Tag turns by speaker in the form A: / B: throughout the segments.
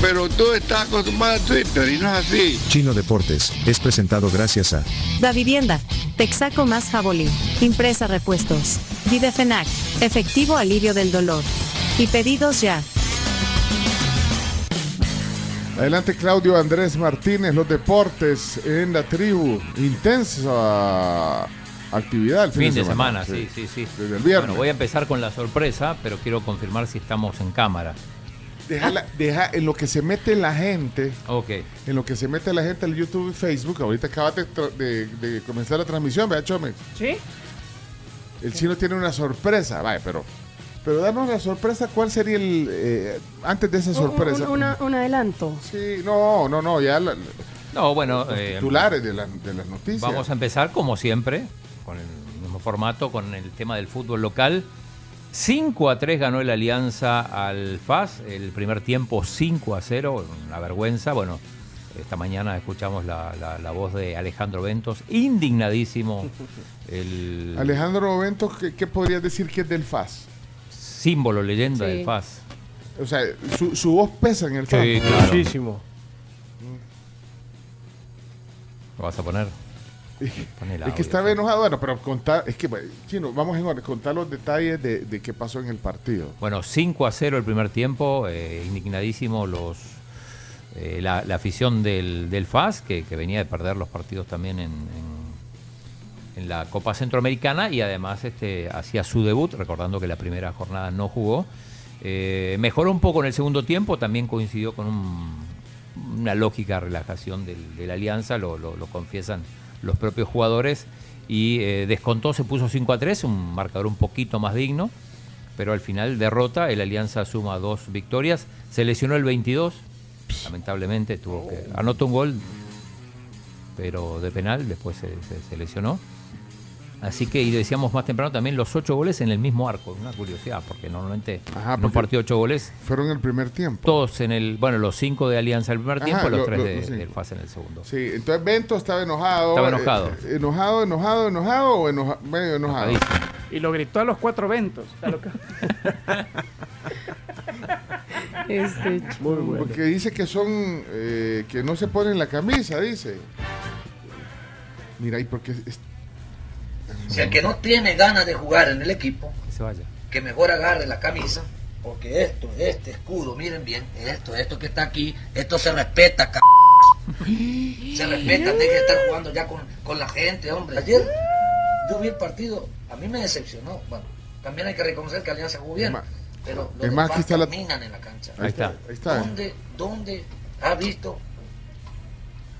A: Pero tú estás acostumbrado a Twitter y no es así.
B: Chino Deportes es presentado gracias a
C: Da Vivienda, Texaco más Jabolí, Impresa Repuestos, Videfenac, Efectivo Alivio del Dolor. Y pedidos ya.
D: Adelante Claudio Andrés Martínez, los deportes en la tribu. Intensa actividad el
E: fin, de semana. sí, sí, sí.
D: Desde el viernes.
E: Bueno, voy a empezar con la sorpresa, pero quiero confirmar si estamos en cámara.
D: Deja, la- deja en lo que se mete la gente,
E: Ok.
D: en lo que se mete la gente al YouTube y Facebook. Ahorita acabas de, tra- de- de comenzar la transmisión, vea Chome.
F: ¿Sí?
D: El chino tiene una sorpresa, vaya, pero... Pero danos la sorpresa, ¿cuál sería el... eh, antes de esa
F: Un- un-
D: sorpresa?
F: una- un adelanto.
D: Sí, no, no, no, ya la-
E: No, bueno.
D: los
E: eh,
D: titulares ¿eh? de, la- de las noticias.
E: Vamos a empezar como siempre, con el mismo formato, con el tema del fútbol local. 5 a 3 ganó la alianza al FAS, el primer tiempo 5 a 0, una vergüenza. Bueno, esta mañana escuchamos la, la- la voz de Alejandro Ventos, indignadísimo. El
D: Alejandro Bento, ¿qué, qué podrías decir que es del FAS?
E: símbolo, leyenda
F: Sí.
E: del FAS.
D: O sea, su, su voz pesa en el campo.
E: claro.
G: Muchísimo.
E: ¿Lo vas a poner? Pon el
D: Es que
E: audio.
D: estaba enojado, bueno, pero contar, es que, bueno, Chino, vamos a orden, contar los detalles de, de qué pasó en el partido.
E: Bueno, 5 a 0 el primer tiempo, eh, indignadísimo los, eh, la, la afición del, del FAS, que, que venía de perder los partidos también en, en- en la Copa Centroamericana y además este, hacía su debut, recordando que la primera jornada no jugó. Eh, mejoró un poco en el segundo tiempo, también coincidió con un- una lógica relajación del- de la alianza, lo, lo- lo confiesan los propios jugadores, y eh, descontó, se puso 5 a 3, un marcador un poquito más digno pero al final derrota, el Alianza suma dos victorias, se lesionó el 22, lamentablemente tuvo que anotó un gol, pero de penal, después se, se- se lesionó. Así que, y decíamos más temprano también, los ocho goles en el mismo arco, una curiosidad, porque normalmente en
D: Ajá,
E: un
D: porque-
E: partido ocho goles,
D: Fueron el primer tiempo.
E: todos en el, bueno, los cinco de Alianza el primer
D: Ajá,
E: tiempo, los
D: lo-
E: tres
D: lo-
E: de-
D: los cinco.
E: del FAS en el segundo.
D: Sí, entonces Bento estaba enojado.
E: Estaba enojado.
D: eh, enojado, enojado, enojado o enoja- medio enojado.
E: Enojadísimo.
G: Y lo gritó a los cuatro ventos. A lo que-
F: Este,
G: Muy bueno.
D: Porque dice que son, eh, que no se ponen la camisa, dice. Mira, y porque... es-
H: Si el que no tiene ganas de jugar en el equipo,
E: Que se vaya.
H: que mejor agarre la camisa, porque esto, este escudo, miren bien, esto, esto que está aquí, esto se respeta, c Se respeta, tiene que estar jugando ya con, con la gente, hombre. Ayer yo vi el partido, a mí me decepcionó. Bueno, también hay que reconocer que Alianza jugó bien,
D: Es más-
H: pero
D: es
H: los
D: más,
H: demás
D: aquí está la-
H: dominan en la cancha.
E: Ahí está.
D: Ahí está. eh?
H: ¿Dónde, ¿Dónde ha visto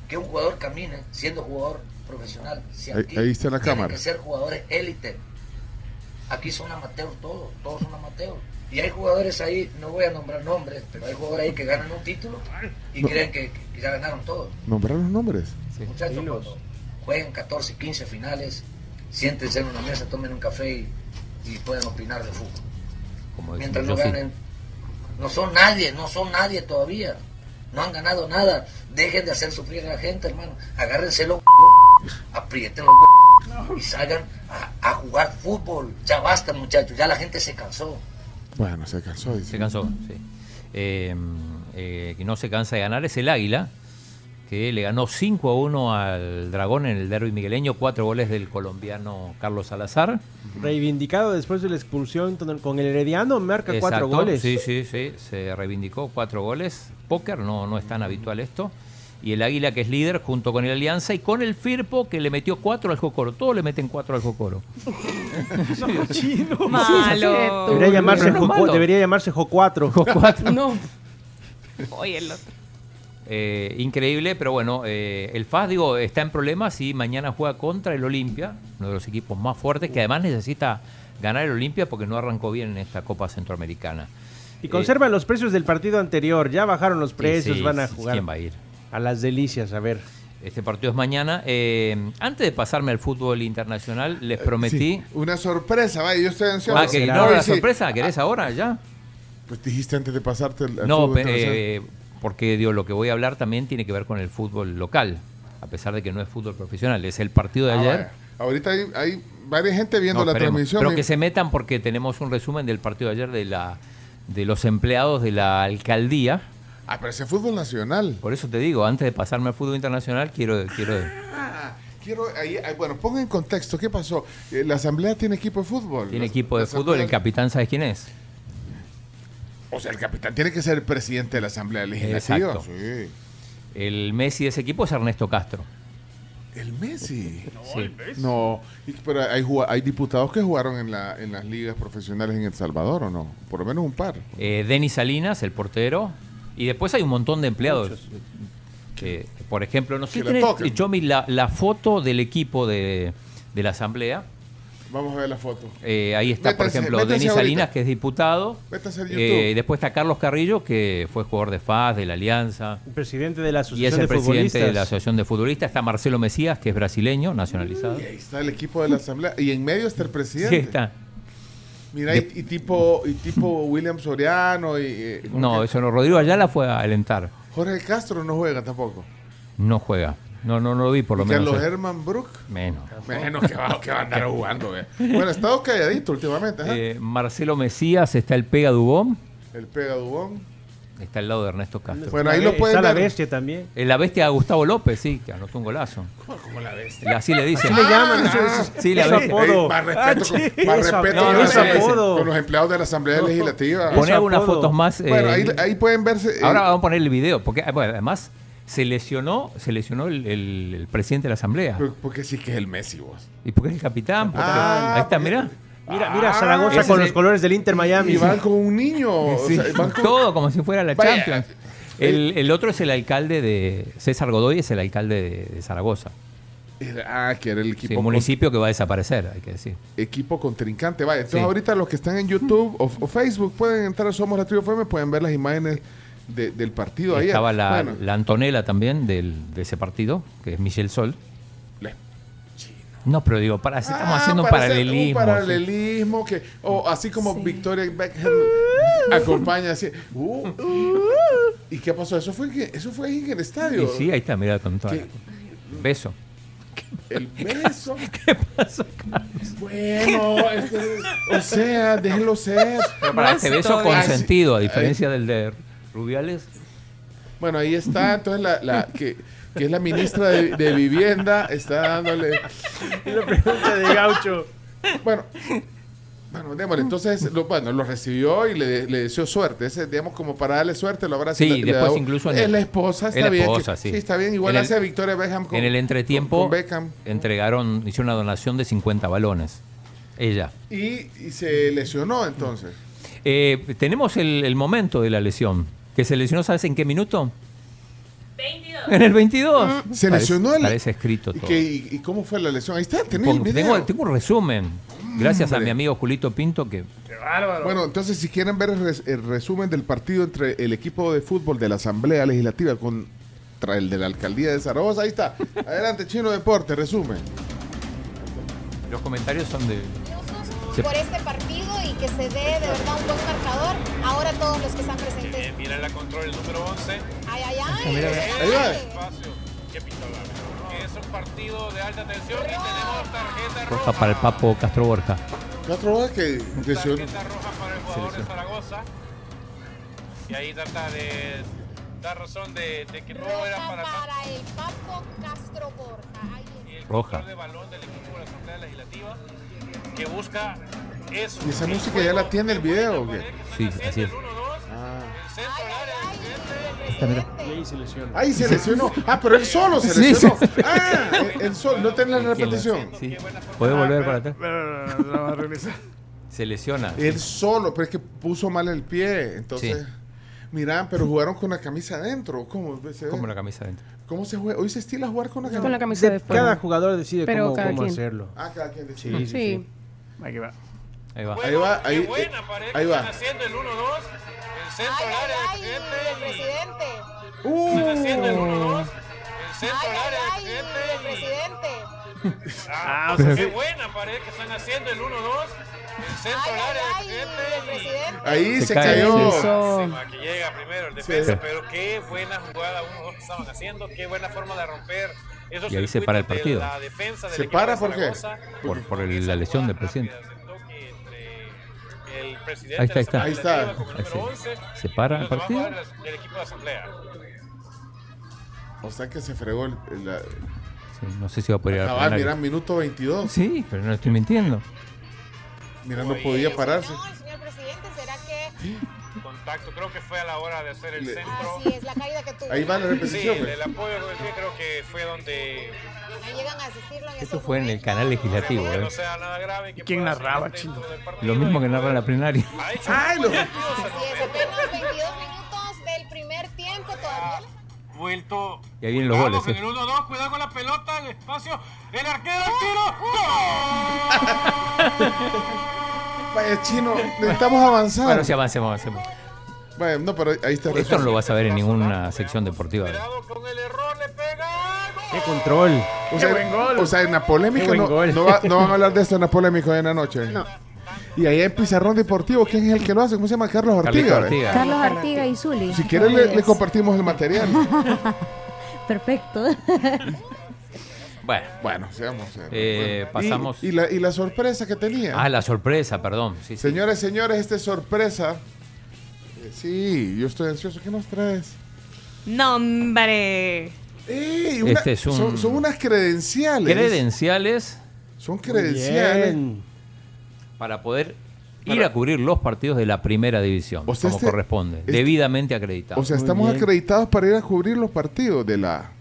H: que un jugador camine siendo jugador profesional? Si
D: Ahí-
H: aquí
D: ahí está la
H: tienen
D: cámara.
H: que ser jugadores élite. Aquí son amateurs todos, todos son amateurs. Y hay jugadores ahí, no voy a nombrar nombres, pero hay jugadores ahí que ganan un título y
D: No.
H: creen que, que ya ganaron todos.
D: Nombrar los nombres.
E: Sí.
H: Muchachos, cuando jueguen 14, 15 finales, siéntense en una mesa, tomen un café y, y pueden opinar de fútbol
E: Como
H: mientras
E: decimos,
H: no
E: Pues yo sí.
H: ganen. No son nadie, no son nadie todavía. No han ganado nada. Dejen de hacer sufrir a la gente, hermano. Agárrense los huevos, aprieten los huevos y salgan a, a jugar fútbol. Ya basta, muchachos. Ya la gente se cansó.
D: Bueno, se cansó, dice.
E: Se cansó, sí. Eh, eh, que no se cansa de ganar es el Águila, que le ganó 5 a 1 al Dragón en el derby migueleño, cuatro goles del colombiano Carlos Salazar.
G: Reivindicado después de la expulsión con- con el Herediano, marca cuatro
E: Exacto,
G: goles.
E: Sí, sí, sí, se reivindicó cuatro goles. Póker, no, no es tan habitual esto. Y el Águila, que es líder, junto con el Alianza y con el Firpo, que le metió cuatro al Jocoro. Todos le meten cuatro al Jocoro.
F: Malo.
G: Debería llamarse,
E: Pero no
G: Jo-
E: es malo.
G: debería llamarse Jo4.
F: No. Oye, el otro.
E: Eh, increíble, pero bueno, eh, el FAS, digo, está en problemas y mañana juega contra el Olimpia, uno de los equipos más fuertes, que además necesita ganar el Olimpia porque no arrancó bien en esta Copa Centroamericana.
G: Y conservan los precios del partido anterior. Ya bajaron los precios,
E: Sí, sí,
G: van a
E: sí,
G: jugar
E: ¿Quién va a ir?
G: a las delicias. A ver,
E: Este partido es mañana. Eh, antes de pasarme al fútbol internacional, les prometí.
D: Sí, Una sorpresa, vaya, yo estoy ansioso.
E: Ah, que
D: Hoy
E: no, la
D: Eh, sí.
E: sorpresa, ¿querés ahora ya?
D: Pues dijiste antes de pasarte el. al
E: No,
D: fútbol
E: pe-
D: internacional.
E: eh, porque digo, lo que voy a hablar también tiene que ver con el fútbol local, a pesar de que no es fútbol profesional, es el partido de
D: Ah,
E: ayer.
D: vaya. Ahorita hay, hay varias gente viendo
E: No,
D: la
E: esperemos.
D: transmisión.
E: Pero que se metan porque tenemos un resumen del partido de ayer de la de los empleados de la alcaldía.
D: Ah, pero ese fútbol nacional.
E: Por eso te digo, antes de pasarme al fútbol internacional, quiero, quiero
D: Quiero, ahí- ahí- bueno, ponga en contexto, ¿qué pasó? Eh, La asamblea tiene equipo de fútbol.
E: tiene
D: La-
E: equipo
D: la
E: de fútbol,
D: Asamblea-
E: el capitán sabes quién es.
D: O sea, el capitán tiene que ser el presidente de la asamblea legislativa.
E: Exacto.
D: Sí.
E: El Messi de ese equipo es Ernesto Castro.
D: El Messi.
E: Sí.
D: No, y- pero hay, jua- hay diputados que jugaron en, la, en las ligas profesionales en El Salvador, ¿o no? Por lo menos un par.
E: Eh, Denis Salinas, el portero. Y después hay un montón de empleados. Que, por ejemplo, no sé
D: Que
E: si
D: la
E: tenés,
D: toquen.
E: Chomi, la, la foto del equipo de, de la asamblea.
D: Vamos a ver la foto.
E: Eh, ahí está, por
D: Métanse-
E: ejemplo,
D: métanse
E: Denis
D: ahorita.
E: Salinas, que es diputado.
D: Métanse al
E: Eh,
D: YouTube.
E: después está Carlos Carrillo, que fue jugador de FAS, de la Alianza.
G: El presidente de
E: Y
G: la Asociación
E: es el
G: de
E: presidente
G: Futbolistas.
E: de la Asociación de Futbolistas. Está Marcelo Mesías, que es brasileño, nacionalizado.
D: Y ahí está el equipo de la asamblea. Y en medio está el
E: Sí,
D: presidente.
E: está.
D: Mira, y, y tipo, y tipo William Soriano y... eh, ¿cómo
E: No,
D: que?
E: eso no. Rodrigo Ayala fue a alentar.
D: Jorge Castro no juega tampoco.
E: No juega. No, no, no lo vi, por lo
D: Y
E: menos.
D: Carlos
E: eh.
D: Herman Brook.
E: Menos.
D: Menos que va, que va a andar jugando. eh. Bueno, ha estado calladito últimamente. ajá.
E: Eh, Marcelo Mesías, está el Pega Dubón,
D: El pega Dubón.
E: está al lado de Ernesto Castro.
D: Bueno, ahí lo
G: Está
D: pueden
G: la
D: ver. Ah,
G: bestia también.
E: Eh, la bestia Gustavo López, sí, que anotó un golazo. ¿Cómo, la bestia? Así le dicen.
G: Le llaman eso, eso-
E: Sí, la
G: eso
E: bestia.
G: apodo.
D: Ey, más respeto,
G: Ah,
D: con,
G: sí,
D: más
G: eso-
D: respeto
E: no,
D: con,
E: no
D: la
E: es
D: asamblea-
G: apodo.
D: con los empleados de la Asamblea Legislativa.
E: Poné
G: Ese
E: algunas
G: apodo.
E: fotos más. eh,
D: bueno, ahí, ahí pueden verse. eh,
E: Ahora vamos a poner el video, porque ah, bueno, además se lesionó, se lesionó el, el- el presidente de la asamblea.
D: por- Porque sí que es el Messi, vos.
E: ¿Y por qué es el capitán? Porque-
D: Ah,
E: ahí está,
D: porque-
E: mirá.
G: Mira, mira, Zaragoza
E: ese es
G: con los
E: el-
G: colores del Inter Miami.
D: Y van con un niño. o
E: Sí,
D: sea, van con-
E: todo como si fuera la
D: Vaya.
E: Champions. El, el otro es el alcalde de César Godoy, es el alcalde de, de Zaragoza.
D: Ah, que era el equipo.
E: Sí,
D: con-
E: municipio que va a desaparecer, hay que decir.
D: equipo contrincante. Vaya, entonces
E: Sí.
D: ahorita los que están en YouTube o, o Facebook pueden entrar a Somos la Tribu FM, pueden ver las imágenes de- del partido ahí.
E: Estaba la,
D: Bueno,
E: la Antonella también del- de ese partido, que es Michelle Sol.
D: Le-
E: No, pero digo, para, si estamos
D: Ah,
E: haciendo un
D: parece
E: paralelismo.
D: Un paralelismo que, o así como Victoria Beckham acompaña así. uh, uh. ¿Y qué pasó? Eso fue, que- eso fue ahí en el
E: sí. Y
D: estadio.
E: sí, ahí está, mira con toda la-
D: ¿Qué?
E: Beso.
D: El beso.
E: ¿Qué pasó, Carlos?
D: Bueno, esto es- o sea, déjenlo ser.
E: Pero para este beso
D: todavía.
E: consentido, a
D: Ay,
E: diferencia del de Rubiales.
D: Bueno, ahí está, entonces la, la que, que es la ministra de, de Vivienda, está dándole.
G: La pregunta de Gaucho.
D: Bueno, bueno, démosle. Entonces, lo, bueno, lo recibió y le, le deseó suerte. Ese, digamos, como para darle suerte, lo abraza.
E: Sí,
D: y le- le
E: después
D: da un-
E: incluso en
D: Es
E: el-
D: la esposa, está
E: es la
D: bien.
E: esposa,
D: que-
E: sí.
D: está bien. Igual
E: En el-
D: hace a Victoria Beckham con,
E: en el entretiempo
D: con Beckham.
E: entregaron, hicieron una donación de 50 balones. Ella.
D: Y, y se lesionó entonces.
E: Eh, tenemos el, el momento de la lesión. Que se lesionó, ¿sabes en qué minuto? 22. En el 22.
D: Mm. Se
E: Parece-
D: lesionó el-
E: Parece escrito
D: ¿Y,
E: todo.
D: qué- y- y cómo fue la lesión? Ahí está, tenés el
E: Pongo-
D: video.
E: tengo, tengo un resumen. Gracias a
D: Hombre.
E: mi amigo Julito Pinto que
D: Bueno, entonces si quieren ver el, res- el resumen del partido entre el equipo de fútbol de la Asamblea Legislativa contra el de la Alcaldía de Zaragoza, ahí está. Adelante, Chino Deporte, resumen.
E: los comentarios son de... Se-
I: por este partido y que se dé de verdad un buen marcador ahora todos los que están presentes.
J: Mira la control, el número 11.
I: Ay, ay, ay.
E: mira,
D: Ahí va.
J: Espacio. ¿Qué pita la árbitro? Que Es un partido de alta tensión y tenemos tarjeta
E: Roja para el Papo Castro Borja.
D: Cuatro horas que lesionó.
J: tarjeta roja para el jugador de Zaragoza. Y ahí trata de dar razón de, de que no era para tanto.
I: Para el Papo Castro Borja. Ahí
J: Y el
E: Roja.
J: control de balón del equipo de la Asamblea Legislativa que busca eso.
D: ¿Y esa
J: el
D: música ya
J: juego,
D: la tiene el video o qué?
E: Sí, así es.
D: Ah.
E: Esta, mira.
G: Y ahí se lesiona.
D: Ahí se lesionó. Ah, pero él solo se
E: Sí,
D: lesionó.
E: sí, sí.
D: Ah, él- él solo. No tenés la repetición.
E: Sí. ¿Puede volver para atrás? Se lesiona.
D: Él solo, pero es que puso mal el pie. Entonces,
E: Sí.
D: mirá, pero jugaron con la camisa adentro. ¿Cómo se, ve?
E: Como la camisa adentro.
D: ¿Cómo se juega? Hoy se estila jugar con la camisa.
F: Con la camisa de fuera.
G: Cada jugador decide
F: Pero
G: cómo,
F: cada
G: cómo
F: quien.
G: hacerlo.
D: Ah, cada quien decide.
G: Sí, sí,
F: Sí.
E: Ahí va.
D: Ahí va, ahí,
J: Qué buena pared que
D: ahí va.
J: están haciendo el 1-2. El centro al área del
I: ay, el
J: presidente y
I: presidente.
D: Uh,
J: haciendo el 1-2. El centro al área del
I: presidente.
J: Ah, o sea, qué buena pared que están haciendo el 1-2. El centro del área del presidente. y-
D: Ahí se, cayó.
J: Buenísima, Que llega primero el defensa, pero qué buena jugada 1-2 que estaban haciendo. Qué buena forma de romper. Esos
E: Y ahí se para el
J: circuitos de
E: partido.
J: La defensa del
D: ¿Se
J: equipo
D: para
J: de
D: por qué?
J: Zaragoza.
E: Por, por el- la lesión del presidente.
J: El presidente
E: Ahí está, ahí está.
J: de la Asamblea Legislativa como
E: Ahí
J: número 11,
E: se, se para el
J: y los demás
E: partido.
J: jugadores del equipo de asamblea.
D: O sea que se fregó el. el- la-
E: Sí, no sé si va a poder ir al
D: Cabal,
E: penal.
D: mira, minuto 22.
E: Sí, pero no estoy mintiendo.
D: Mira, no podía pararse.
I: No, el señor presidente, ¿será que
J: Contacto, creo que fue a la hora de hacer el centro.
I: así es la caída que tuvo?
D: Ahí va la Ah. repetición,
J: Sí,
D: pues.
J: el apoyo con el pie creo que fue donde.
I: No llegan a asistirlo en
E: Eso
I: estos
E: fue en el canal legislativo.
J: que
E: ¿eh?
J: no sea nada grave. Que
K: ¿Quién narraba, chino?
E: Lo mismo que narra en la plenaria.
J: ha hecho
D: Ay, lo-
I: momentos. Así es, apenas 22 minutos del primer tiempo todavía.
J: vuelto.
E: Y ahí vienen los
J: Vamos,
E: goles,
J: En
E: eh.
J: el 1-2, cuidado con la pelota, el espacio, el arquero, el tiro. ¡Gol!
D: Vaya, chino, necesitamos avanzar.
E: Bueno, sí, avancemos, avancemos.
D: Vaya, no, pero ahí está
E: Esto no
D: resuelto.
E: lo vas a ver en ninguna sección deportiva. ¿eh?
G: ¡Qué control!
D: O sea, o sea, en la polémica
G: Qué buen
D: no,
G: gol.
D: no, va- no van a hablar de esto en la polémica hoy en la noche. Y ahí en Pizarrón Deportivo, ¿quién es el que lo hace? ¿Cómo se llama? Carlos
E: Carlito
D: Ortiga. ¿ve?
E: Ortiga.
L: Carlos Artiga y Zuli.
D: Si quieren
L: Así
D: le, le
L: es.
D: compartimos el material.
L: Perfecto.
E: Bueno,
D: bueno, seamos. eh,
E: Eh,
D: bueno.
E: pasamos-
D: Y, y la, y la sorpresa que tenía.
E: Ah, la sorpresa, perdón. Sí, sí.
D: Señores, señores, esta es sorpresa. Eh, Sí, yo estoy ansioso. ¿Qué nos traes?
F: No, hombre.
D: Ey, una-
E: Este es un-
D: son, son unas credenciales.
E: Credenciales
D: Son credenciales.
E: para poder ir a cubrir los partidos de la primera división,
D: O sea,
E: como
D: este-
E: corresponde,
D: este-
E: debidamente acreditado.
D: O sea, estamos
G: bien.
D: acreditados para ir a cubrir los partidos de la...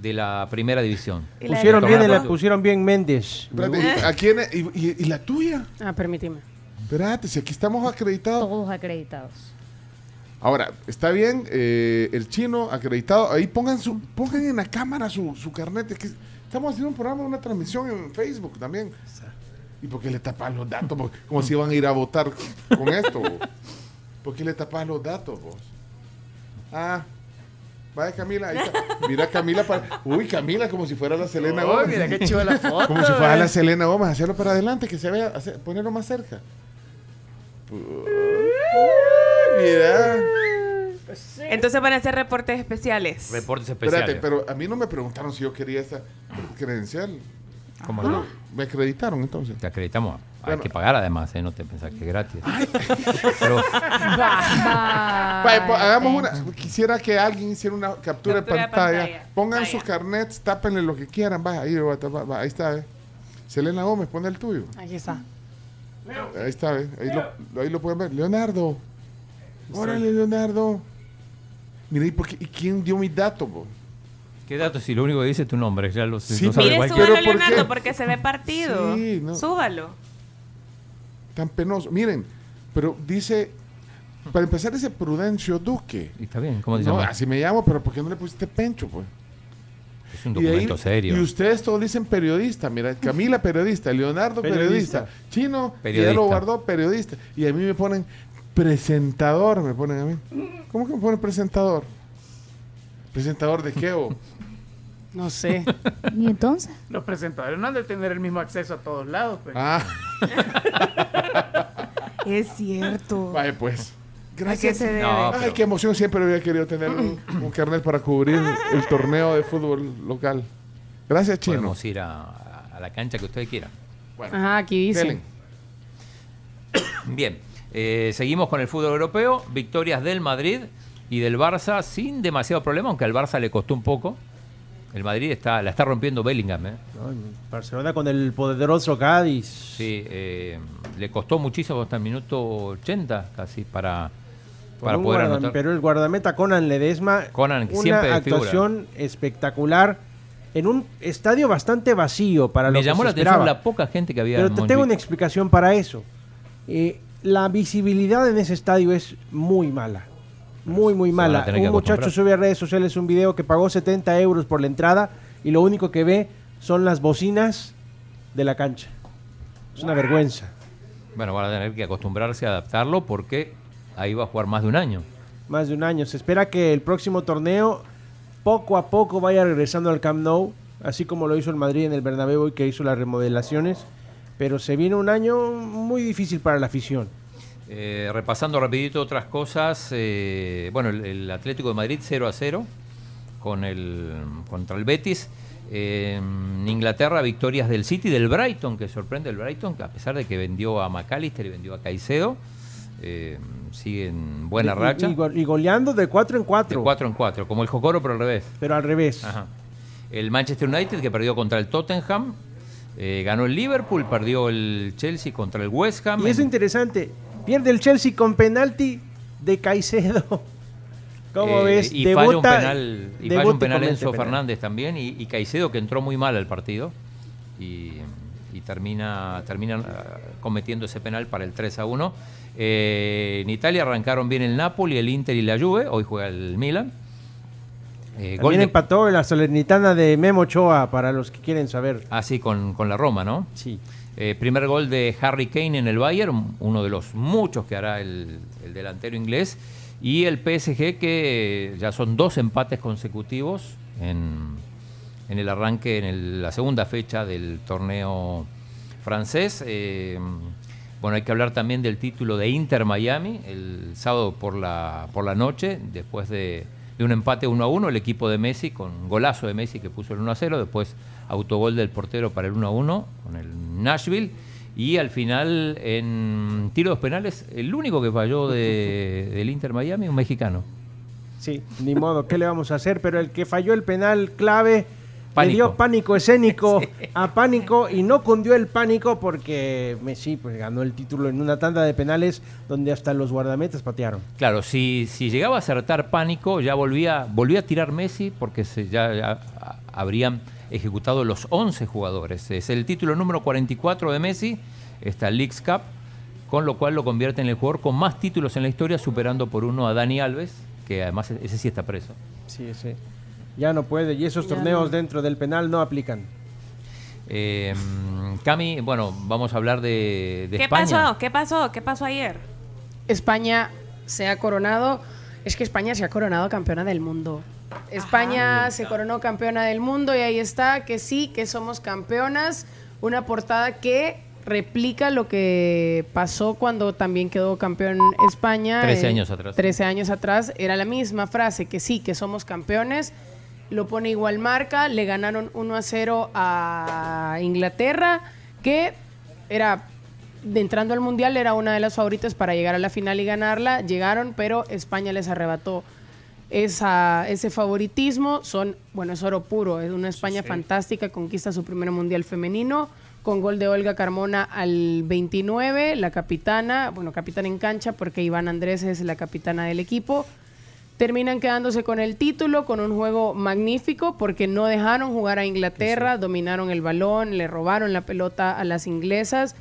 E: de la primera división.
F: Y la
G: Pusieron
F: de-
G: bien,
E: Torneo.
G: el- pusieron bien Méndez. Me
D: Espérate,
G: gusta.
D: ¿a quién es? ¿Y, y- y la tuya?
F: Ah, permíteme.
D: Espérate, si aquí estamos acreditados.
L: Todos acreditados.
D: Ahora, está bien, eh, el chino acreditado. Ahí pongan su, pongan en la cámara su, su carnet. es que estamos haciendo un programa, una transmisión en Facebook también. ¿Y por qué le tapas los datos? Porque- como si iban a ir a votar con esto. vos. ¿Por qué le tapas los datos vos? Ah. Vaya Camila, ahí está. Mira Camila para. Uy, Camila, como si fuera la Selena Gómez.
K: mira qué chiva la foto.
D: Como si fuera
K: eh.
D: la Selena Gómez, hacerlo para adelante, que se vea, hacer- ponerlo más cerca. Uy, Mira.
F: Entonces van a hacer reportes especiales.
E: Reportes especiales.
D: Espérate, pero a mí no me preguntaron si yo quería esa credencial.
E: ¿Cómo no?
D: Me acreditaron entonces.
E: Te acreditamos. Hay
D: Ah. Bueno.
E: que pagar además, ¿eh? no te pensás que es gratis. Pero
D: Vale, pues, hagamos una. Quisiera que alguien hiciera una captura,
F: Captura
D: de
F: de
D: pantalla.
F: pantalla.
D: Pongan
F: Vaya.
D: sus carnets, tápenle lo que quieran. Va, ahí, va, va, va, ahí está. eh. Selena Gómez, pon el tuyo.
F: Aquí está.
D: Ahí está, eh. ahí, lo, ahí lo pueden ver. Leonardo. Órale, Leonardo. Mira, ¿y, por qué- y quién dio mis datos? po?
E: ¿Qué datos? Si lo único que dice es tu nombre, ya lo
D: Sí,
E: lo sabe
F: Mire,
E: cualquiera.
F: súbalo,
D: Pero ¿por
F: Leonardo,
D: qué?
F: porque se ve partido.
D: Sí, no.
F: Súbalo.
D: Tan penoso. Miren, pero dice. Para empezar, dice Prudencio Duque.
E: Y está bien, ¿cómo te
D: No,
E: llamas?
D: así me llamo, pero ¿por qué no le pusiste Pencho, pues?
E: Es un
D: Y ahí-
E: documento serio.
D: Y ustedes todos dicen periodista, mira, Camila periodista, Leonardo periodista, Chino,
E: Periodista.
D: Diego Guardó periodista. Y a mí me ponen presentador, me ponen a mí. ¿Cómo que me ponen presentador? ¿Presentador de qué? o?
M: No sé.
L: ¿Y entonces?
M: Los presentadores no han de tener el mismo acceso a todos lados. Pues.
D: ah,
F: Es cierto.
D: vaya pues.
F: Gracias. se debe?
E: No,
D: Ay,
E: Ah, pero-
D: qué emoción, siempre había querido tener un, un carnet para cubrir el torneo de fútbol local. Gracias, Chino.
E: Podemos ir a, a la cancha que ustedes quieran.
D: Bueno,
M: Ajá, aquí dice.
D: Helen,
E: Bien, eh, seguimos con el fútbol europeo. Victorias del Madrid y del Barça sin demasiado problema, aunque al Barça le costó un poco. El Madrid está, la está rompiendo Bellingham. ¿eh?
G: No, en Barcelona con el poderoso Cádiz.
E: Sí, eh, le costó muchísimo hasta el minuto 80 casi para,
G: Con
E: para
G: un
E: poder
G: guarda-
E: anotar.
G: Pero el guardameta Conan Ledesma.
E: Conan, que
G: una
E: siempre de figura.
G: actuación espectacular. En un estadio bastante vacío para
E: Me
G: lo que
E: llamó
G: se
E: la atención
G: esperaba.
E: la poca gente que había
G: Pero
E: en
G: te tengo una
E: Montjuic.
G: explicación para eso. Eh, la visibilidad en ese estadio es muy mala. Muy, muy
E: se van a
G: mala.
E: tener que
G: Un muchacho
E: acostumbrar.
G: sube a redes sociales un video que pagó 70 euros por la entrada y lo único que ve son las bocinas de la cancha. Es una vergüenza.
E: Bueno, van a tener que acostumbrarse a adaptarlo porque ahí va a jugar más de un año.
G: Más de un año. Se espera que el próximo torneo poco a poco vaya regresando al Camp Nou. así como lo hizo el Madrid en el Bernabéu y que hizo las remodelaciones. Pero se viene un año muy difícil para la afición.
E: Eh, repasando rapidito otras cosas, eh, bueno, el, el Atlético de Madrid 0 a 0 con el, contra el Betis. Eh, en Inglaterra, victorias del City, del Brighton, que sorprende el Brighton, que a pesar de que vendió a McAllister y vendió a Caicedo, eh, sigue en buena
G: Y- y-
E: racha.
G: Y, go- y goleando de 4 en 4.
E: De 4 en 4, como el Jocoro, pero al revés.
G: Pero al revés.
E: Ajá. El Manchester United, que perdió contra el Tottenham, eh, ganó el Liverpool, perdió el Chelsea contra el West Ham.
G: Y es interesante. Pierde el Chelsea con penalti de Caicedo. ¿Cómo
E: Eh,
G: ves?
E: Y
G: Debuta-
E: falla un penal, y falla
G: debuta y
E: un penal
G: comete
E: Enzo
G: penal.
E: Fernández también. Y, y Caicedo que entró muy mal al partido. Y, y termina, termina ah, cometiendo ese penal para el 3 a 1. Eh, en Italia arrancaron bien el Napoli, el Inter y la Juve. Hoy juega el Milan. Eh, gol
G: También
E: de-
G: empató la Salernitana de Memo Ochoa, para los que quieren saber.
E: Ah, sí, con, con la Roma, ¿no?
G: Sí.
E: Eh, primer gol de Harry Kane en el Bayern, uno de los muchos que hará el, el delantero inglés. Y el PSG, que ya son dos empates consecutivos en, en el arranque, en el- la segunda fecha del torneo francés. Eh, bueno, hay que hablar también del título de Inter Miami el sábado por la, por la noche, después de, de un empate 1 a 1, el equipo de Messi con un golazo de Messi que puso el 1 a 0, después autogol del portero para el 1 a 1 con el Nashville. Y al final, en tiros penales, el único que falló de- del Inter Miami, un mexicano.
G: Sí, ni modo, ¿qué le vamos a hacer? Pero el que falló el penal clave le
E: Pánico.
G: dio pánico escénico a pánico y no cundió el pánico porque Messi pues, ganó el título en una tanda de penales donde hasta los guardametas patearon.
E: Claro, si, si llegaba a acertar pánico, ya volvía, volvía a tirar Messi porque se, ya, ya, a- habrían ejecutado los 11 jugadores. Es el título número 44 de Messi, esta Leagues Cup, con lo cual lo convierte en el jugador con más títulos en la historia, superando por uno a Dani Alves, que además e- ese sí está preso.
G: Sí, sí. Ya no puede y esos
E: Ya
G: torneos
E: no.
G: dentro del penal no aplican.
E: Eh, Cami, bueno, vamos a hablar de, de
F: ¿Qué
E: España.
F: pasó? ¿Qué pasó? ¿Qué pasó ayer?
N: España se ha coronado. Es que España se ha coronado campeona del mundo. España se coronó campeona del mundo y ahí está, que sí, que somos campeonas. Una portada que replica lo que pasó cuando también quedó campeón España.
E: 13
N: eh,
E: años atrás.
N: 13 años atrás era la misma frase, que sí, que somos campeones. Lo pone igual marca, le ganaron 1 a 0 a Inglaterra, que era de entrando al Mundial era una de las favoritas para llegar a la final y ganarla. Llegaron, pero España les arrebató esa, ese favoritismo. Son, bueno, es oro puro. Es una España fantástica, conquista su primer Mundial femenino. Con gol de Olga Carmona al 29, la capitana, bueno, capitana en cancha porque Iván Andrés es la capitana del equipo. Terminan quedándose con el título, con un juego magnífico, porque no dejaron jugar a Inglaterra, Ah, dominaron el balón, le robaron la pelota a las inglesas,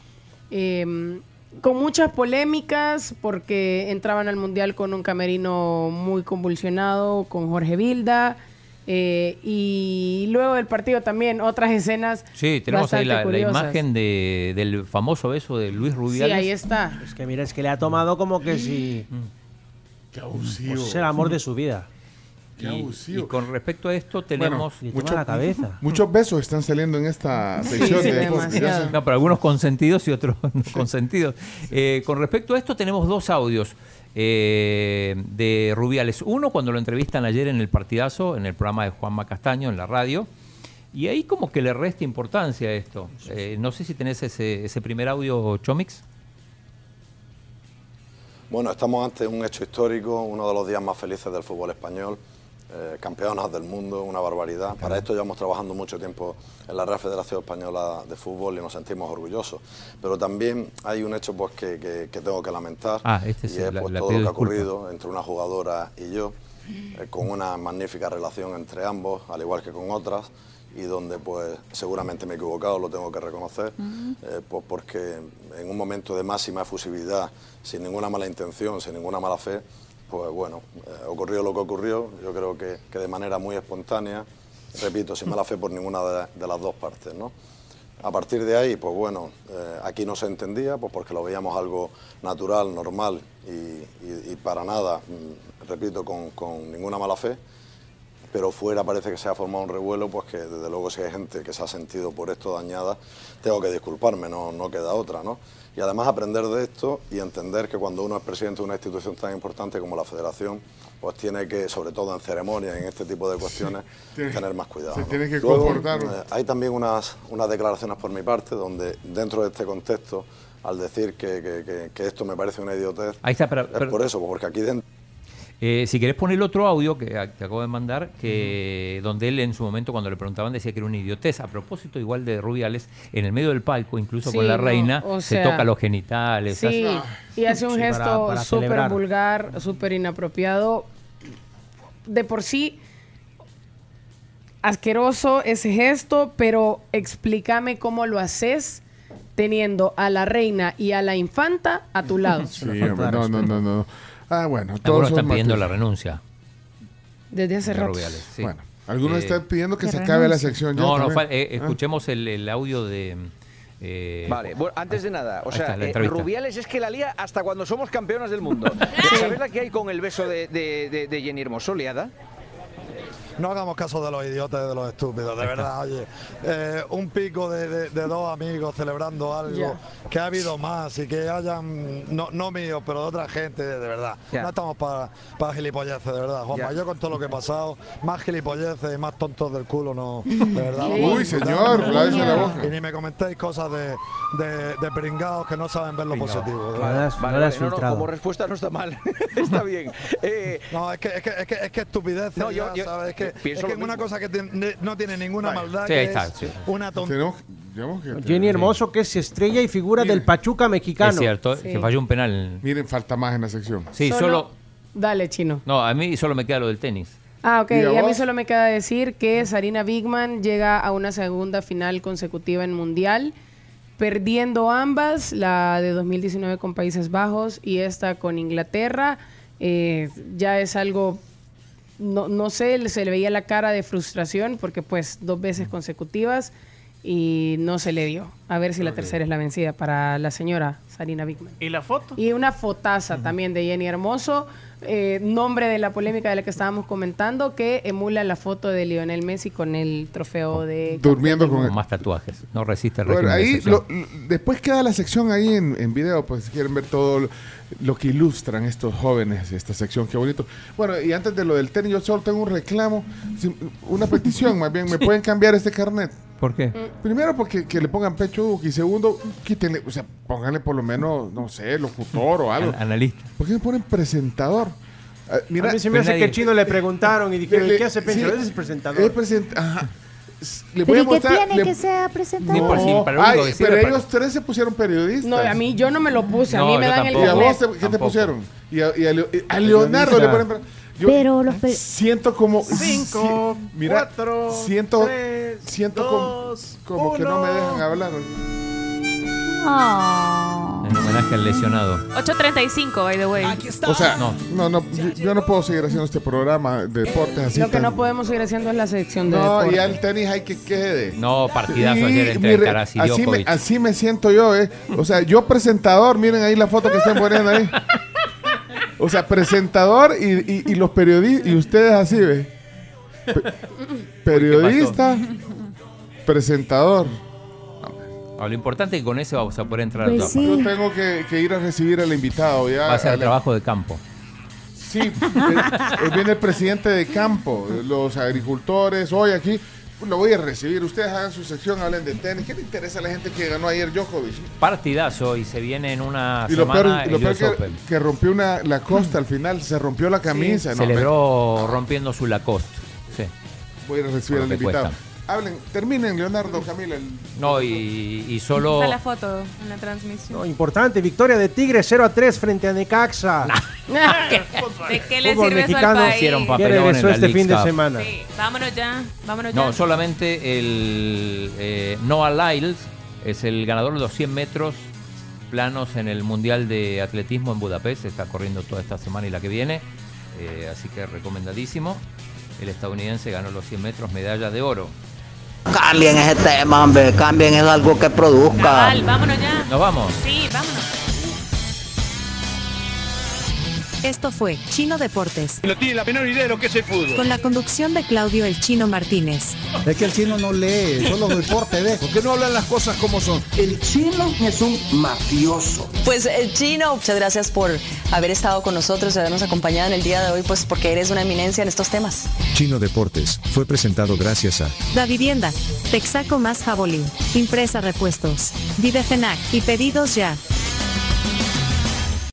N: eh, con muchas polémicas, porque entraban al Mundial con un camerino muy convulsionado, con Jorge Vilda, eh, y luego del partido también otras escenas.
E: Sí, tenemos ahí la,
N: bastante
E: la
N: curiosas.
E: imagen de- del famoso beso de Luis
N: Sí,
E: Rubiales.
N: ahí está.
G: Es que mira, es que le ha tomado como que si... Pues es el amor de su vida.
D: Qué
E: y,
D: abusivo.
E: y con respecto a esto
D: Bueno,
E: tenemos
D: mucho- Muchos besos están saliendo en esta sección. de podcast. Ya
E: No, pero algunos consentidos y otros no consentidos. Eh, con respecto a esto tenemos dos audios eh, de Rubiales. Uno cuando lo entrevistan ayer en el partidazo, en el programa de Juanma Castaño, en la radio. Y ahí como que le resta importancia a esto. Eh, no sé si tenés ese, ese primer audio, Chomix.
O: Bueno, estamos ante un hecho histórico, uno de los días más felices del fútbol español, eh, campeonas del mundo, una barbaridad. Para esto llevamos trabajando mucho tiempo en la Real Federación Española de Fútbol y nos sentimos orgullosos. Pero también hay un hecho pues, que, que- que tengo que lamentar,
E: Ah, este
O: y
E: sí,
O: es
E: la-
O: pues,
E: la
O: todo
E: pido
O: lo que ha
E: disculpa.
O: ocurrido entre una jugadora y yo, eh, con una magnífica relación entre ambos, al igual que con otras, y donde pues seguramente me he equivocado, lo tengo que reconocer,
P: Ujú.
O: eh, pues porque en un momento de máxima efusividad, sin ninguna mala intención, sin ninguna mala fe, pues bueno, eh, ocurrió lo que ocurrió, yo creo que, que de manera muy espontánea, repito, sin mala fe por ninguna de, de las dos partes, ¿no? A partir de ahí, pues bueno, eh, aquí no se entendía, pues porque lo veíamos algo natural, normal y, y- y para nada, mm, repito, con, con ninguna mala fe. pero fuera parece que se ha formado un revuelo, pues que desde luego si hay gente que se ha sentido por esto dañada, tengo que disculparme, no, no queda otra, ¿no? Y además aprender de esto y entender que cuando uno es presidente de una institución tan importante como la federación, pues tiene que, sobre todo en ceremonias, en este tipo de cuestiones,
D: tiene-
O: tener más cuidado.
D: se
O: ¿no?
D: tiene que
O: Luego,
D: comportar.
O: eh, hay también unas, unas declaraciones por mi parte, donde dentro de este contexto, al decir que, que- que- que esto me parece una idiotez,
E: Ahí está, pero-
O: es
E: pero-
O: por eso, porque aquí dentro...
E: Eh, si querés poner el otro audio que a- te acabo de mandar, que donde él en su momento cuando le preguntaban decía que era una idiotez. A propósito, igual de Rubiales, en el medio del palco, incluso
N: Sí,
E: con la
N: no,
E: reina,
N: o
E: se
N: sea,
E: toca los genitales.
N: Sí, y hace un
E: Sí, para-
N: gesto
E: para
N: súper
E: celebrar.
N: vulgar, súper inapropiado. De por sí, asqueroso ese gesto, pero explícame cómo lo haces teniendo a la reina y a la infanta a tu lado.
D: Sí, hombre, no, no, no, no. Ah, bueno, todos
E: Algunos
D: son
E: están pidiendo la
D: matices.
E: renuncia.
N: Desde hace
E: de
N: rato.
E: Rubiales, sí. Eh,
D: Bueno, algunos están pidiendo que Que se acabe la renuncie. sección ya
E: No, no,
D: también.
E: fa- eh,
D: Ah.
E: escuchemos el, el audio de. eh,
P: Vale, bueno, antes de nada, o
E: Ahí
P: sea,
E: está, la
P: eh,
E: entrevista.
P: Rubiales es que la lía hasta cuando somos campeonas del mundo. ¿Sabes la que hay con el beso de, de- de- de Jenny Hermoso, liada?
Q: No hagamos caso de los idiotas y de los estúpidos, de verdad, oye. Eh, un pico de, de- de dos amigos celebrando algo
P: Ya.
Q: que ha habido más y que hayan, no, no míos, pero de otra gente, de verdad.
P: Ya.
Q: No estamos para para gilipolleces, de verdad, Juanma.
P: Ya.
Q: Yo con todo lo que he pasado, más gilipolleces y más tontos del culo, no, de verdad.
D: Uy,
Q: Juanma,
D: señor,
Q: no,
D: lávese la
Q: no,
D: boca.
Q: Y ni me comentéis cosas de, de- de pringados que no saben ver lo positivo. de
P: Vale,
Q: verdad.
P: vale, vale, no, no, como respuesta no está mal, está bien. Eh,
Q: No, es que, es que, es que, es que estupidez.
P: No, yo- yo
Q: ¿sabes? Es que,
P: pienso
Q: es,
P: lo
Q: que es una
P: mismo.
Q: cosa que te- ne- no tiene ninguna maldad.
E: Sí,
Q: que
E: ahí está,
Q: es
E: sí.
Q: Una tontería.
D: Tenemos- digamos que-
G: Jenny Hermoso, que es estrella y figura del Pachuca mexicano.
E: Es cierto, que falló un penal.
D: Miren, falta más en la sección.
E: Sí, solo...
N: Dale, chino.
E: No, a mí solo me queda lo del tenis.
N: Ah, ok.
E: ¿Y a
N: Y a mí
E: vos?
N: solo me queda decir que Sarina Bigman llega a una segunda final consecutiva en Mundial, perdiendo ambas, la de 2019 con Países Bajos y esta con Inglaterra. Eh, ya es algo, no, no sé, se le veía la cara de frustración porque pues dos veces consecutivas y no se le dio. A ver si la tercera es la vencida para la señora Sarina Bigman.
M: ¿Y la foto?
N: Y una fotaza también de Jenny Hermoso, eh, nombre de la polémica de la que estábamos comentando, que emula la foto de Lionel Messi con el trofeo de...
D: Durmiendo con
E: Más tatuajes. No resiste el
D: Bueno,
E: régimen de
D: ahí
E: excepción.
D: lo- lo- después queda la sección ahí en, en video, pues si quieren ver todo lo, lo que ilustran estos jóvenes, esta sección, qué bonito. Bueno, y antes de lo del tenis, yo solo tengo un reclamo, si- una petición más bien, ¿me pueden cambiar este carnet?
E: ¿Por qué?
D: Primero, porque que le pongan pecho Duque, y segundo, quítenle, o sea, pónganle por lo menos, no sé, locutor o algo.
E: An- analista.
D: ¿Por qué me ponen presentador? Ah, mira,
G: a mí se me hace que el chino le preguntaron y dijeron,
D: Le-
G: ¿qué hace Pencho?
D: sí, Eh, pues-
G: Él es el presentador.
D: es present- ajá. Le voy
L: ¿Pero
D: a
L: y qué
D: mostrar-
L: tiene
D: le-
L: que sea presentado?
D: No, ay, pero ellos tres se pusieron periodistas.
N: No, a mí yo no me lo puse,
L: No,
N: a mí me
L: yo
N: dan
D: ¿Y a
N: el...
D: vos
N: carnet.
D: te- qué te pusieron? Y a, y a Leo- a Leonardo le ponen. Yo
L: Pero los pe-
D: siento como.
M: Cinco,
D: si- mira,
M: cuatro,
D: siento,
M: tres,
D: siento
M: dos,
D: como, como que no me
M: uno.
D: dejan hablar.
E: En homenaje al lesionado.
F: 8.35, by the way.
D: O sea, no, no, yo, yo no puedo seguir haciendo este programa de deportes así.
N: Lo que
D: tan-
N: no podemos seguir haciendo es la sección de...
D: No,
N: deporte.
D: y al tenis hay que quede.
E: No, partidazo ayer entre
D: mire,
E: Alcaraz y
D: así, me,
E: Djokovic.
D: así me siento yo, ¿eh? O sea, yo presentador, miren ahí la foto que están poniendo ahí. O sea, presentador y, y- y los periodistas, y ustedes así, ¿ve? Pe- periodista, presentador.
E: Ah, Lo importante es que con ese vamos a poder entrar
F: Pues
E: al trabajo.
D: Yo tengo que, que ir a recibir al invitado. Ya,
E: Va a ser
D: a la-
E: trabajo de campo.
D: Sí, eh, eh, viene el presidente de campo, los agricultores, hoy aquí. Lo voy a recibir. Ustedes hagan su sección, hablen de tenis. ¿Qué le interesa a la gente que ganó ayer Djokovic?
E: Partidazo y se viene en una
D: Y lo
E: semana
D: peor, y lo
E: el
D: peor
E: US
D: que,
E: Open.
D: que rompió una, la costa al final, se rompió la camisa. no,
E: Celebró rompiendo su Lacoste. Sí.
D: me- voy a ir a recibir
E: Por
D: al
E: lo que
D: invitado.
E: cuesta.
D: Hablen, terminen, Leonardo, Camila. el-
E: No, y, y solo.
F: Está la foto en la transmisión.
G: No, importante, victoria de Tigres 0 a 3 frente a Necaxa.
F: ¿De qué le
G: Fútbol
F: sirve
G: mexicano
F: eso al país?
E: hicieron
G: que
E: papelón en
G: regresó
E: la
G: este
E: Leagues
G: fin de
E: Cup.
G: semana.
F: Sí, vámonos ya, vámonos ya.
E: No, solamente el eh, Noah Lyles es el ganador de los 100 metros planos en el Mundial de Atletismo en Budapest. Está corriendo toda esta semana y la que viene. eh, así que recomendadísimo. El estadounidense ganó los 100 metros, medalla de oro.
R: Cambien ese tema, hombre. Cambien es algo que produzca.
F: Cabal, vámonos ya.
E: Nos vamos.
F: Sí, vámonos.
C: Esto fue Chino Deportes,
J: No tiene la menor idea de lo que es el fútbol.
C: con la conducción de Claudio El Chino Martínez.
G: Es que el chino no lee, solo reporte, ¿ves? ¿Por qué no hablan las cosas como son? El chino es un mafioso.
S: Pues eh, Chino, muchas gracias por haber estado con nosotros y habernos acompañado en el día de hoy, pues porque eres una eminencia en estos temas.
B: Chino Deportes fue presentado gracias a
C: Da Vivienda, Texaco más Jabolín, Impresa Repuestos, Videfenac y Pedidos Ya.